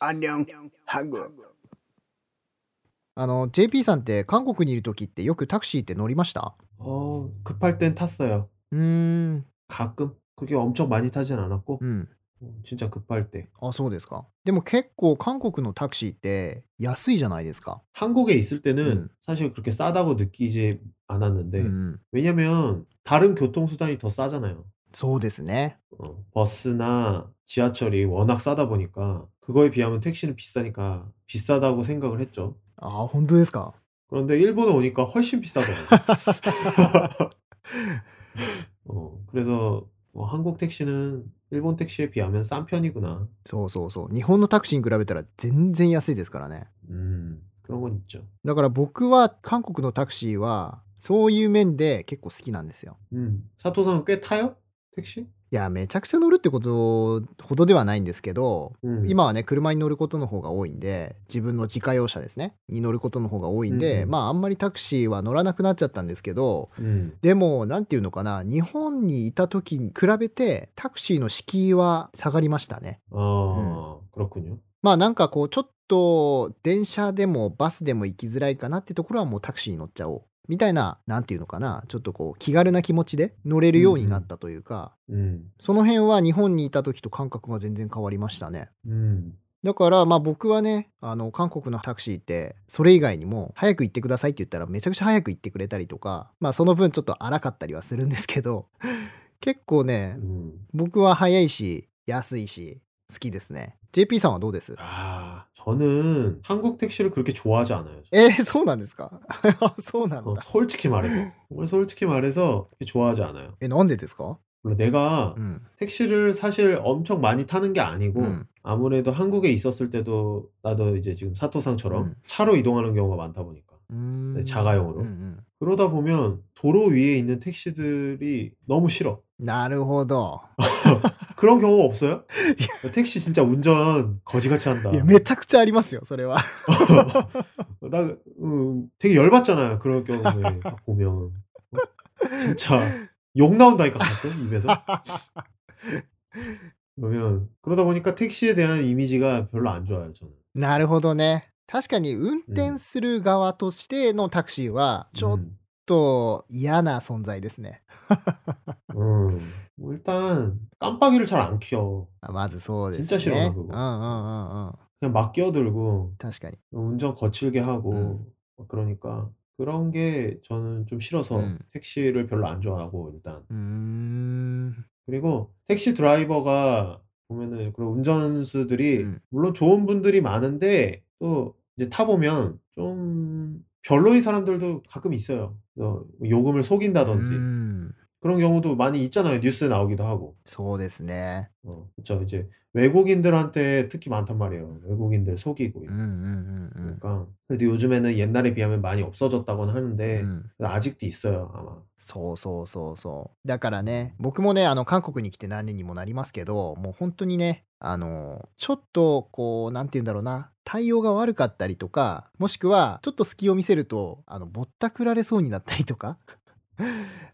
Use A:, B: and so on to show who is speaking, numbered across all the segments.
A: 안녕 한국
B: あの JP さんって韓国にいる時ってよくタクシーって乗りました
C: 어, 급할 땐 탔어요.
B: うーん
C: 가끔. 그게 엄청 많이 타진 않았고,
B: うん
C: 어, 진짜 급할 때.
B: あそうですかでも結構韓国のタクシーって安いじゃないですか
C: 한국에 있을 때는
B: 음.
C: 사실 그렇게 싸다고 느끼지 않았는데,
B: うんうん
C: 왜냐면 다른 교통수단이 더 싸잖아요.
B: そうですね
C: 어, 버스나 지하철이 워낙 싸다 보니까, 그거에 비하면 택시는 비싸니까 비싸다고 생각을 했죠.
B: あ本当ですか
C: 그런데 일본에 오니까 훨씬 비싸더라고요. 어, 그래서 뭐 한국 택시는 일본 택시에 비하면 싼 편이구나.
B: そうそうそう日本のタクシーに比べたら全然安いですからね
C: 음, 그런 건 있죠.
B: だから僕は韓国のタクシーはそういう面で結構好きなんですよ
C: 음, 사토상은 꽤 타요? 택시?
B: いやめちゃくちゃ乗るってことほどではないんですけど
C: 음,
B: 今はね車に乗ることの方が多いんで自分の自家用車ですねに乗ることの方が多いんで、
C: うんうん
B: まああんまりタクシーは乗らなくなっちゃったんですけど
C: 음,
B: でも何て言うのかな日本にいた時に比べてタクシーの敷居は下がりましたね
C: 아, 그렇군요.
B: まあなんかこうちょっと電車でもバスでも行きづらいかなってところはもうタクシーに乗っちゃおうみたいな何て言うのかなちょっとこう気軽な気持ちで乗れるようになったというか、
C: 음,
B: その辺は日本にいた時と感覚が全然変わりましたね
C: 음,
B: だからまあ僕はねあの韓国のタクシーってそれ以外にも早く行ってくださいって言ったらめちゃくちゃ早く行ってくれたりとかまあその分ちょっと荒かったりはするんですけど 結構ね
C: 음.
B: 僕は早いし安いし好きですね JP さんはどうです
C: 아, 저는 한국 택시를 그렇게 좋아하지 않아요.
B: えー、そうなんですか あそうなん
C: 어,
B: だ
C: 솔직히 말해서. 정말 솔직히 말해서 그렇게 좋아하지 않아요.
B: えなんでですか
C: 물론 내가
B: うん、
C: 택시를 사실 엄청 많이 타는 게 아니고
B: 음.
C: 아무래도 한국에 있었을 때도 나도 이제 지금 사토상처럼
B: 음.
C: 차로 이동하는 경우가 많다 보니까
B: うーん
C: 네, 자가용으로
B: うんうん、
C: 그러다 보면 도로 위에 있는 택시들이 너무 싫어
B: なるほど
C: 그런 경우 없어요? 택시 진짜 운전 거지같이 한다
B: いやめちゃくちゃありますよそれは
C: 어, 나 음, 되게 열받잖아요 그런 경우에 딱 보면 어? 진짜 욕 나온다니까 가끔 입에서 그러면 그러다 보니까 택시에 대한 이미지가 별로 안 좋아요 저는
B: なるほどね確かに運転する側としてのタクシーはちょっ
C: 음.
B: ちょっと嫌な存在ですね。
C: 음, 뭐 일단 깜빡이를 잘 안 켜.
B: あまずそうですね。
C: 진짜싫어하
B: う
C: 고
B: んうんうんうん。
C: 그냥 막 끼어들고
B: 確かに。
C: 운전 거칠게 하고 막 그러니까 그런 게 저는 좀 싫어서
B: 음.
C: 택시를 별로 안 좋아하고 일단
B: うーん。
C: 그리고 택시 드라이버가 보면은 그런 운전수들이
B: 음.
C: 물론 좋은 분들이 많은데 또 이제 타보면 좀 별로인 사람들도 가끔 있어요. 그래서 뭐 요금을
B: う
C: 속인다든지
B: ん
C: 그런 경우도 많이 있잖아요. 뉴스에 나오기도 하고.
B: そうですね。
C: 어, 그쵸. 이제 외국인들한테 특히 많단 말이에요. 외국인들 속이고.
B: うんうんうんうん。
C: 그러니까. 그래도 요즘에는 옛날에 비하면 많이 없어졌다고는
B: う
C: 하는데,
B: ん
C: 아직도 있어요, 아마.
B: そうそうそうそうだからね僕もねあの韓国に来て何年にもなりますけどもう本当にねあのちょっとこうなんて言うんだろうな対応が悪かったりとかもしくはちょっと隙を見せるとあのぼったくられそうになったりとか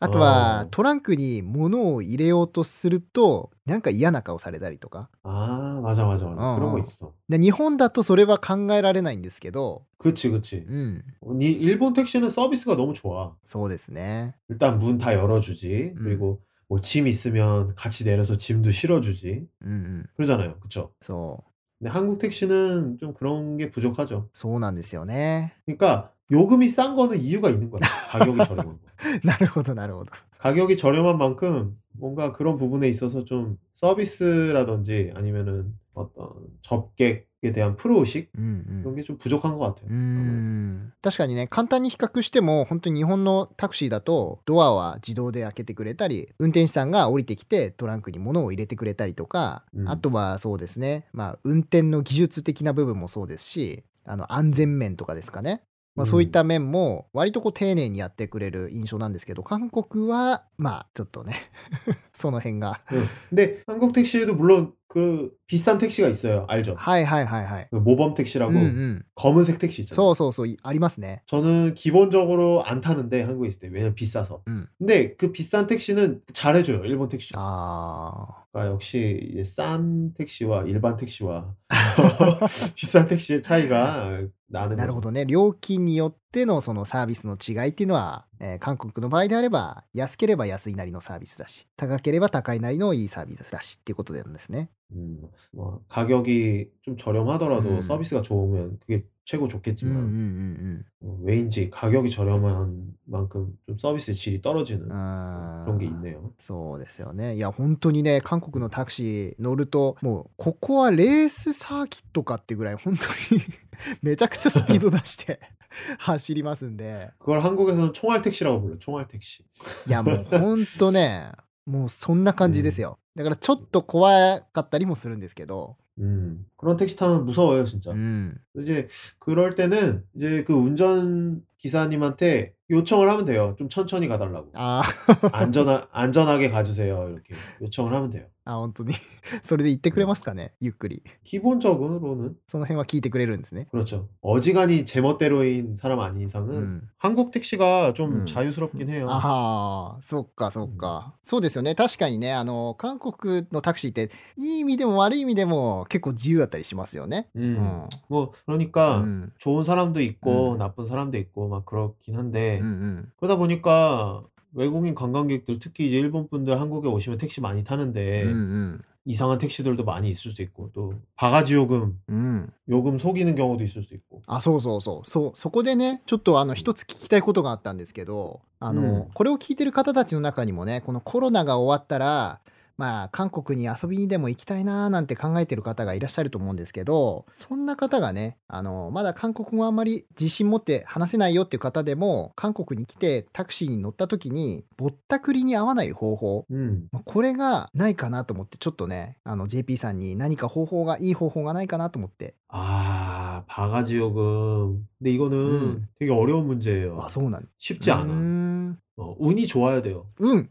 B: あと
C: あ
B: は
C: ー
B: トランクに物を入れようとするとなんか嫌な顔されたりとか
C: 아, 맞아, 맞아, 맞아.
B: 어,
C: 그런 거
B: 어.
C: 있어.
B: で日本だとそれは考えられないんですけど
C: 그치, 그치.
B: うん
C: 어 니- 일본 택시는 서비스가 너무 좋아.
B: そうですね
C: 일단 문 다 열어주지.
B: 음.
C: 그리고 뭐 짐 있으면 같이 내려서 짐도 실어주지.
B: うんうん
C: 그러잖아요. 그쵸?
B: そう
C: 근데 한국 택시는 좀 그런 게 부족하죠.
B: そうなんですよね
C: 그러니까 요금이 싼 거는 이유가 있는 거야. 가격이 저렴한 거.
B: なるほどなるほど
C: 가격이 저렴한 만큼 뭔가 그런 부분에 있어서 좀 서비스라든지 아니면은 어떤 접객에 대한 프로의식
B: うんうん
C: 그런 게 좀 부족한 것
B: うー
C: 같아요.
B: ん確かにね簡単に比較しても本当に日本のタクシーだとドアは自動で開けてくれたり運転手さんが降りてきてトランクに物を入れてくれたりとか、
C: うん
B: あとはそうですねまあ運転の技術的な部分もそうですしあの安全面とかですかねまあ、そういった面も割とこう丁寧にやってくれる印象なんですけど韓国はまあちょっとね その辺が
C: 응. 근데 한국 택시에도 물론 그 비싼 택시가 있어요. 알죠?
B: はいはいはいはい
C: 그 모범
B: う
C: 택시라고
B: んうん、
C: 검은색 택시 있잖아요.
B: そうそうそういありますね
C: 저는 기본적으로 안 타는데 한국에 있을 때 왜냐면 비싸서.
B: 음. 아.
C: 근데 그 비싼 택시는 잘해줘요. 일본 택시가
B: あ
C: 역시 이제 싼 택시와 일반 택시와 비싼 택시의 차이가
B: あ
C: 나는
B: なる
C: 거죠.
B: ほどね料金によってのそのサービスの違いっていうのは、えー韓国の場合であれば安ければ安いなりのサービスだし高ければ高いなりのいいサービスだしっていうことなんですね
C: 음, 뭐 가격이 좀 저렴하더라도
B: 음.
C: 서비스가 좋으면 그게 최고
B: うんうん
C: 좋겠지만
B: うん
C: 어, 왜인지 가격이 저렴한 만큼 좀 서비스의 질이 떨어지는
B: うんあー
C: 그런 게 있네요.
B: そうですよね。いや、本当にね、韓国のタクシー乗ると、もう、ここはレースサーキットかってぐらい、本当に、 めちゃくちゃスピード出して 走りますんで、
C: 그걸 한국에서는 총알 택시라고 불러요. 총알 택시.
B: いや、もう本当ね、もうそんな感じですよ。だから、ちょっと怖かったりもするんですけど、
C: 음, 그런 택시 타면 무서워요, 진짜.
B: うん。
C: 이제 그럴 때는 이제 그 운전 기사님한테 요청을 하면 돼요. 좀 천천히 가달라고.
B: あー
C: 안전하, 안전하게 가주세요. 이렇게 요청을 하면 돼요.
B: あ、本当に。 それで言ってくれますかね、ゆっくり。
C: 기본적으로는
B: その辺は聞いてくれるんですね。
C: 그렇죠. 어지간히 제멋대로인 사람 아닌
B: う
C: 이상은
B: ん。
C: 한국 택시가 좀
B: 음.
C: 자유스럽긴 해요.
B: ああ、そっかそっか。そうですよね。確かにね、あの、韓国のタクシーって、いい意味でも悪い意味でも結構自由だったりしますよね。
C: 음.
B: うん。う
C: 뭐 그러니까
B: ん。
C: 좋은 사람도
B: 어.
C: 있고
B: 음.
C: 나쁜 사람도 있고 막 그렇긴 한데
B: うんうん。
C: 그러다 보니까 외국인 관광객들 특히 이제 일본 분들 한국에 오시면 택시 많이
B: う
C: 타는데
B: ん
C: 이상한 택시들도 많이 있을 수도 있고 또 바가지 요금
B: うん。うん。
C: 요금 속이는 경우도 있을 수도 있고
B: あ、そうそうそう。そう、そこでね、ちょっとあの、一つ聞きたいことがあったんですけど、あの、
C: うん
B: これを聞いてる方たちの中にもね、このコロナが終わったら、まあ、韓国に遊びにでも行きたいなーなんて考えてる方がいらっしゃると思うんですけど、そんな方がね、あの、まだ韓国語あんまり自信持って話せないよっていう方でも、韓国に来てタクシーに乗った時に、ぼったくりに合わない方法、
C: 음.
B: まあこれがないかなと思って、ちょっとね、あの、JP さんに何か方法が、いい方法がないかなと思って。
C: 아 바가지 요금 근데 이거는
B: 음. 아,
C: 되게 어려운 문제예요
B: あ、そうなんだ。
C: 쉽지
B: うー
C: 않아
B: ん
C: 어, 운이 좋아야 돼요
B: うん。 음.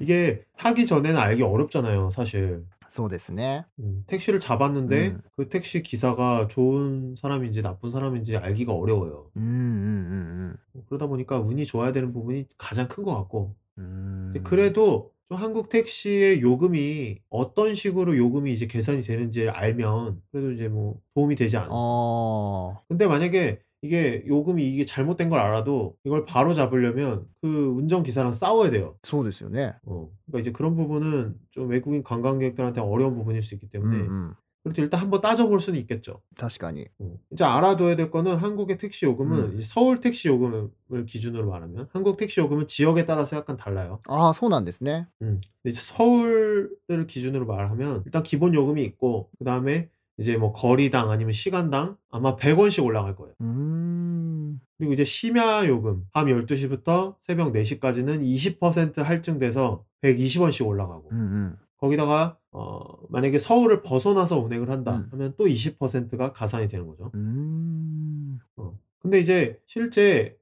C: 이게 타기 전에는 알기 어렵잖아요 사실
B: そうですね。
C: 음, 택시를 잡았는데
B: 음.
C: 그 택시 기사가 좋은 사람인지 나쁜 사람인지 알기가 어려워요 어,
B: うんうん
C: 그러다 보니까 운이 좋아야 되는 부분이 가장 큰 것 같고
B: うんうん。
C: 근데 그래도 좀 한국 택시의 요금이 어떤 식으로 요금이 이제 계산이 되는지 알면 그래도 이제 뭐 도움이 되지
B: あ
C: 않아.
B: あ。
C: 근데 만약에 이게 요금이 이게 잘못된 걸 알아도 이걸 바로 잡으려면 그 운전 기사랑 싸워야 돼요.
B: そうですよね。
C: 어. 그러니까 이제 그런 부분은 좀 외국인 관광객들한테 어려운 부분일 수 있기
B: うん
C: 때문에
B: うん。
C: 그래도 일단 한번 따져볼 수는 있겠죠.
B: 確かに。
C: 어. 이제 알아둬야 될 거는 한국의 택시 요금은
B: 음.
C: 이제 서울 택시 요금을 기준으로 말하면 한국 택시 요금은 지역에 따라서 약간 달라요.
B: ああ、そうなんですね。
C: 음. 근데 이제 서울을 기준으로 말하면 일단 기본 요금이 있고 그다음에 이제 뭐 거리당 아니면 시간당 아마 100원씩 올라갈 거예요.
B: うーん。
C: 그리고 이제 심야 요금 밤 12시부터 새벽 4시까지는 20% 할증돼서 120원씩 올라가고
B: うんうん。
C: 거기다가 어 만약에 서울을 벗어나서 운행을 한다
B: 음.
C: 하면 또 20%가 가산이 되는 거죠.
B: うーん。
C: 어. 근데 이제 실제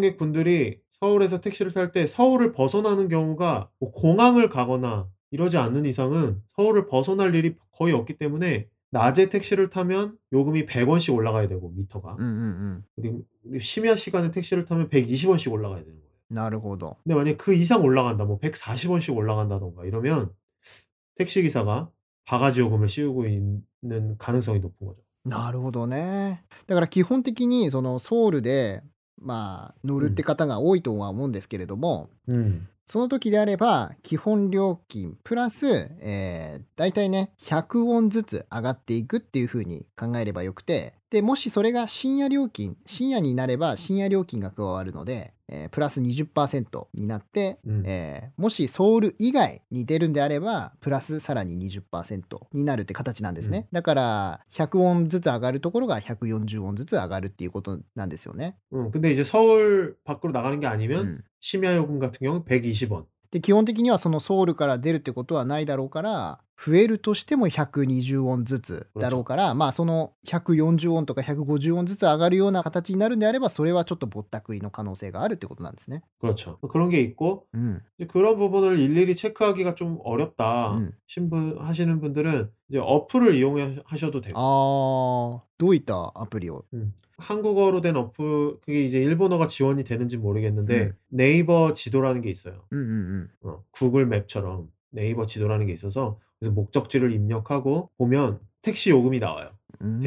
C: 관광객분들이 서울에서 택시를 탈 때 서울을 벗어나는 경우가 뭐 공항을 가거나 이러지 않는 이상은 서울을 벗어날 일이 거의 없기 때문에 낮에 택시를 타면 요금이 100원씩 올라가야 되고 미터가
B: うんうんうん。
C: 그리고 심야 시간에 택시를 타면 120원씩 올라가야 되는 거예요.
B: なるほど。
C: 근데 만약에 그 이상 올라간다 뭐 140원씩 올라간다던가 이러면 택시 기사가 바가지 요금을 씌우고 있는 가능성이 높은 거죠.
B: なるほどね。だから基本的に、そのソウルで、まあ、乗るって方が多いとは思うんですけれども、
C: 음.
B: その時であれば、基本料金プラス、えー、大体ね、100ウォンずつ上がっていくっていう風に考えればよくて、で、もしそれが深夜料金、深夜になれば深夜料金が加わるので、えープラス20%になって、
C: 음.
B: えーもしソウル以外に出るんであれば、プラスさらに20%になるって形なんですね。だから、100ウォンずつ上がるところが140ウォンずつ上がるっていうことなんですよね。
C: 음, 근데 이제 서울 밖으로 나가는 게
B: う
C: 아니면
B: ん
C: 심야 요금 같은 경우는 120원.
B: で基本的にはそのソウルから出るってことはないだろうから増えるとしても120ウォンずつだろうから、まあその140ウォンとか150ウォンずつ上がるような形になるんであればそれはちょっとぼったくりの可能性があるってことなんですね。
C: 그렇죠. 그런 게 있고
B: 음,
C: 이제 그런 부분을 일일이 체크하기가 좀 어렵다.
B: 음.
C: 신분 하시는 분들은 이제 어플을 이용하셔도 되고
B: あーどういったアプリを
C: 한국어로 된 어플 그게 이제 일본어가 지원이 되는지 모르겠는데
B: 음.
C: 네이버 지도라는 게 있어요.
B: うんうんうん。
C: 어, 구글 맵처럼 네이버 지도라는 게 있어서 그래서 목적지를 입력하고 보면 택시 요금이 나와요.
B: 음,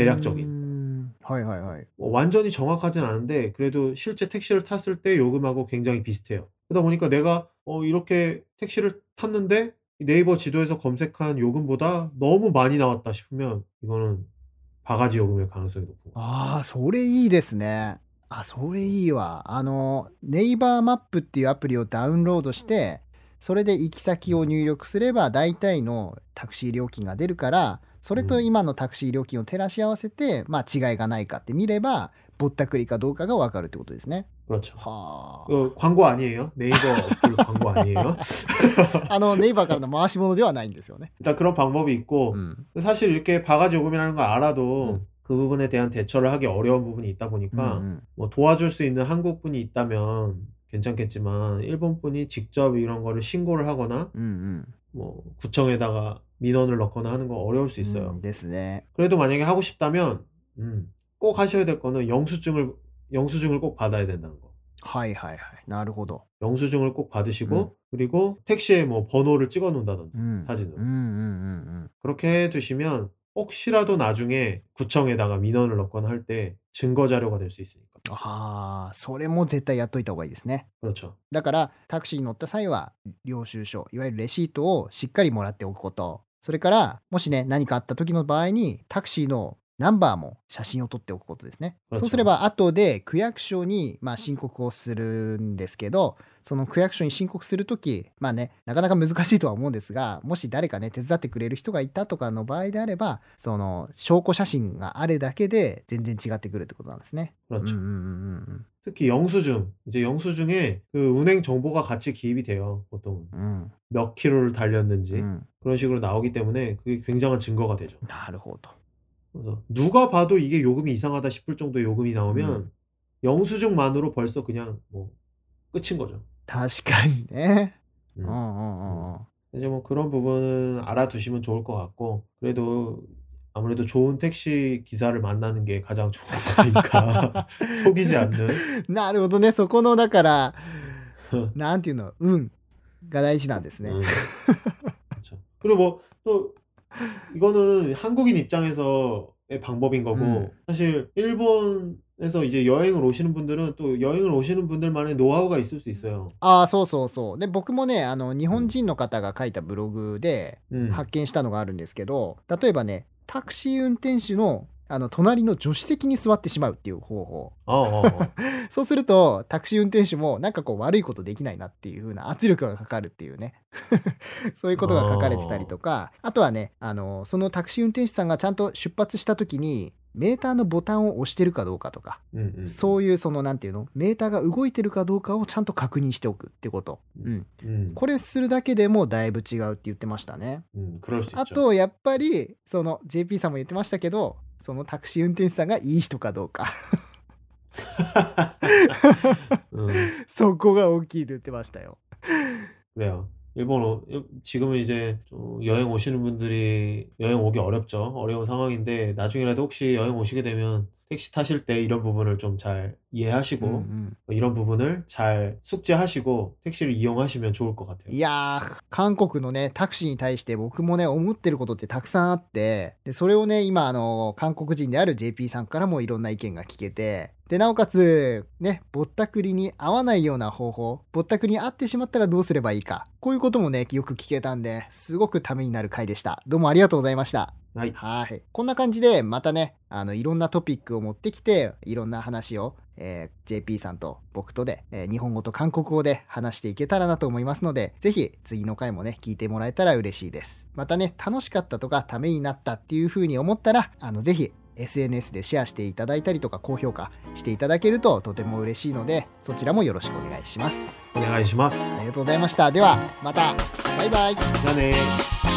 C: 대략적인.
B: はいはいはい。
C: 뭐 완전히 정확하진 않은데 그래도 실제 택시를 탔을 때 요금하고 굉장히 비슷해요. 그러다 보니까 내가 어, 이렇게 택시를 탔는데 이 네이버 지도에서 검색한 요금보다 너무 많이 나왔다 싶으면 이거는 바가지 요금일 가능성이 높고
B: ああ、それいいですね。あ、それいいわ。あの、ネイバーマップっていうアプリをダウンロードして、それで行き先を入力すれば大体のタクシー料金が出るから、それと今のタクシー料金を照らし合わせて、まあ違いがないかって見れば、ぼったくりかどうかがわかるってことですね。
C: 그렇죠.
B: はあ。
C: 어, 광고 아니에요? 네이버 어플 광고 아니에요?
B: あの、ネイバーからの回し物ではないんですよ ね。
C: 일단 그런 방법이 있고
B: 음.
C: 사실 이렇게 바가지 요금이라는 걸 알아도
B: 음.
C: 그 부분에 대한 대처를 하기 어려운 부분이 있다
B: うんう
C: 보니까
B: ん、
C: 뭐 도와줄 수 있는 한국 분이 있다면 괜찮겠지만 일본 분이 직접 이런 거를 신고를 하거나
B: うんうん。
C: 뭐 구청에다가 민원을 넣거나 하는 건 어려울 수 있어요.
B: うんですね。
C: 그래도 만약에 하고 싶다면 음, 꼭 하셔야 될 거는 영수증을 영수증을 꼭 받아야 된다는 거.
B: はいはいはい。なるほど。
C: 영수증을 꼭 받으시고
B: 음.
C: 그리고 택시에 뭐 번호를 찍어 놓는다든지
B: うん。
C: 사진으로
B: うんうんうんうん。
C: 그렇게 해두시면 혹시라도 나중에 구청에다가 민원을 넣거나 할 때 증거 자료가 될 수 있으니까.
B: ああ、それも絶対やっといた方がいいですね。
C: 그렇죠.
B: だから、タクシーに乗った際は、領収書、いわゆるレシートをしっかりもらっておくこと。それから、もしね、何かあった時の場合に、タクシーのナンバーも写真を撮っておくことですね。
C: なるほど
B: そうすれば、後で区役所に、まあ、申告をするんですけど、その区役所に申告するとき、まあね、なかなか難しいとは思うんですが、もし誰かね、手伝ってくれる人がいたとかの場合であれば、その、証拠写真があるだけで、全然違ってくるってことなんですね。うんうん
C: 그렇죠.
B: うんうん。
C: 특히 영수증. 이제 영수증에 그 운행 정보가 같이 기입이 돼요. 보통은
B: うん
C: 몇 킬로를
B: う
C: 달렸는지
B: ん、
C: 그런 식으로 나오기 때문에 그게 굉장한 증거가 되죠.
B: なるほど。
C: 그래서 누가 봐도 이게 요금이 이상하다 싶을 정도의 요금이 나오면 영수증만으로 벌써 그냥 뭐 끝인 거죠.
B: 確かにね。う
C: 음.
B: んうんうんうん。
C: 이제 뭐 그런 부분은 알아두시면 좋을 것 같고 그래도 아무래도 좋은 택시 기사를 만나는 게 가장 좋은 거니까 속이지 않는
B: なるほどね。そこの、だ から、なんていうの、運が大事なんですね。
C: 음. 그렇죠. 그리고 뭐 또 이거는 한국인 입장에서의 방법인 거고
B: 음.
C: 사실 일본에서 이제 여행을 오시는 분들은 또 여행을 오시는 분들만의 노하우가 있을 수 있어요.
B: ああ、そうそうそう。で、僕もね、あの、日本人の方が書いたブログで
C: 음.
B: 発見したのがあるんですけど、例えばね、タクシー運転手の、あの、隣の助手席に座ってしまうっていう方法。
C: 어, 어, 어.
B: そうすると、タクシー運転手も、なんかこう、悪いことできないなっていう風な圧力がかかるっていうね。 そういうことが書かれてたりとか、あとはね、あの、そのタクシー運転手さんがちゃんと出発した時に、メーターのボタンを押してるかどうかとか、
C: 음, 음.
B: そういうその、なんていうの、メーターが動いてるかどうかをちゃんと確認しておくってこと。うん。
C: 음,
B: これするだけでもだいぶ違うって言ってましたね。
C: 음, 그럴 수
B: あ
C: 있죠.
B: と、やっぱり、その、JP さんも言ってましたけど、そのタクシー運転手さんがいい人かどうか。
C: 음.
B: そこが大きいって言ってましたよ。
C: 그래요. 일본 오- 일- 지금은 이제 좀 여행 오시는 분들이 여행 오기 어렵죠. 어려운 상황인데 나중에라도 혹시 여행 오시게 되면 택시 타실 때 이런 부분을 좀 잘
B: う
C: 이해하시고 뭐
B: んうん、
C: 이런 부분을 잘 숙지하시고 택시를 이용하시면 좋을 것 같아요.
B: いやー韓国のねタクシーに対して僕もね思ってることってたくさんあってでそれをね今あの韓国人である JP さんからもいろんな意見が聞けてでなおかつねぼったくりに合わないような方法ぼったくりに合ってしまったらどうすればいいかこういうこともねよく聞けたんですごくためになる回でしたどうもありがとうございました。
C: 아이,
B: はい。こんな感じで、またね、あの、いろんなトピックを持ってきて、いろんな話を、えー JP さんと僕とで、えー日本語と韓国語で話していけたらなと思いますので、ぜひ次の回もね、聞いてもらえたら嬉しいです。またね、楽しかったとか、ためになったっていう風に思ったら、あの、ぜひ、SNS でシェアしていただいたりとか、高評価していただけるととても嬉しいので、そちらもよろしくお願いします。
C: 오네가이시마스.
B: ありがとうございました。では、また、バイバイ。
C: 미안해.
B: バイバイ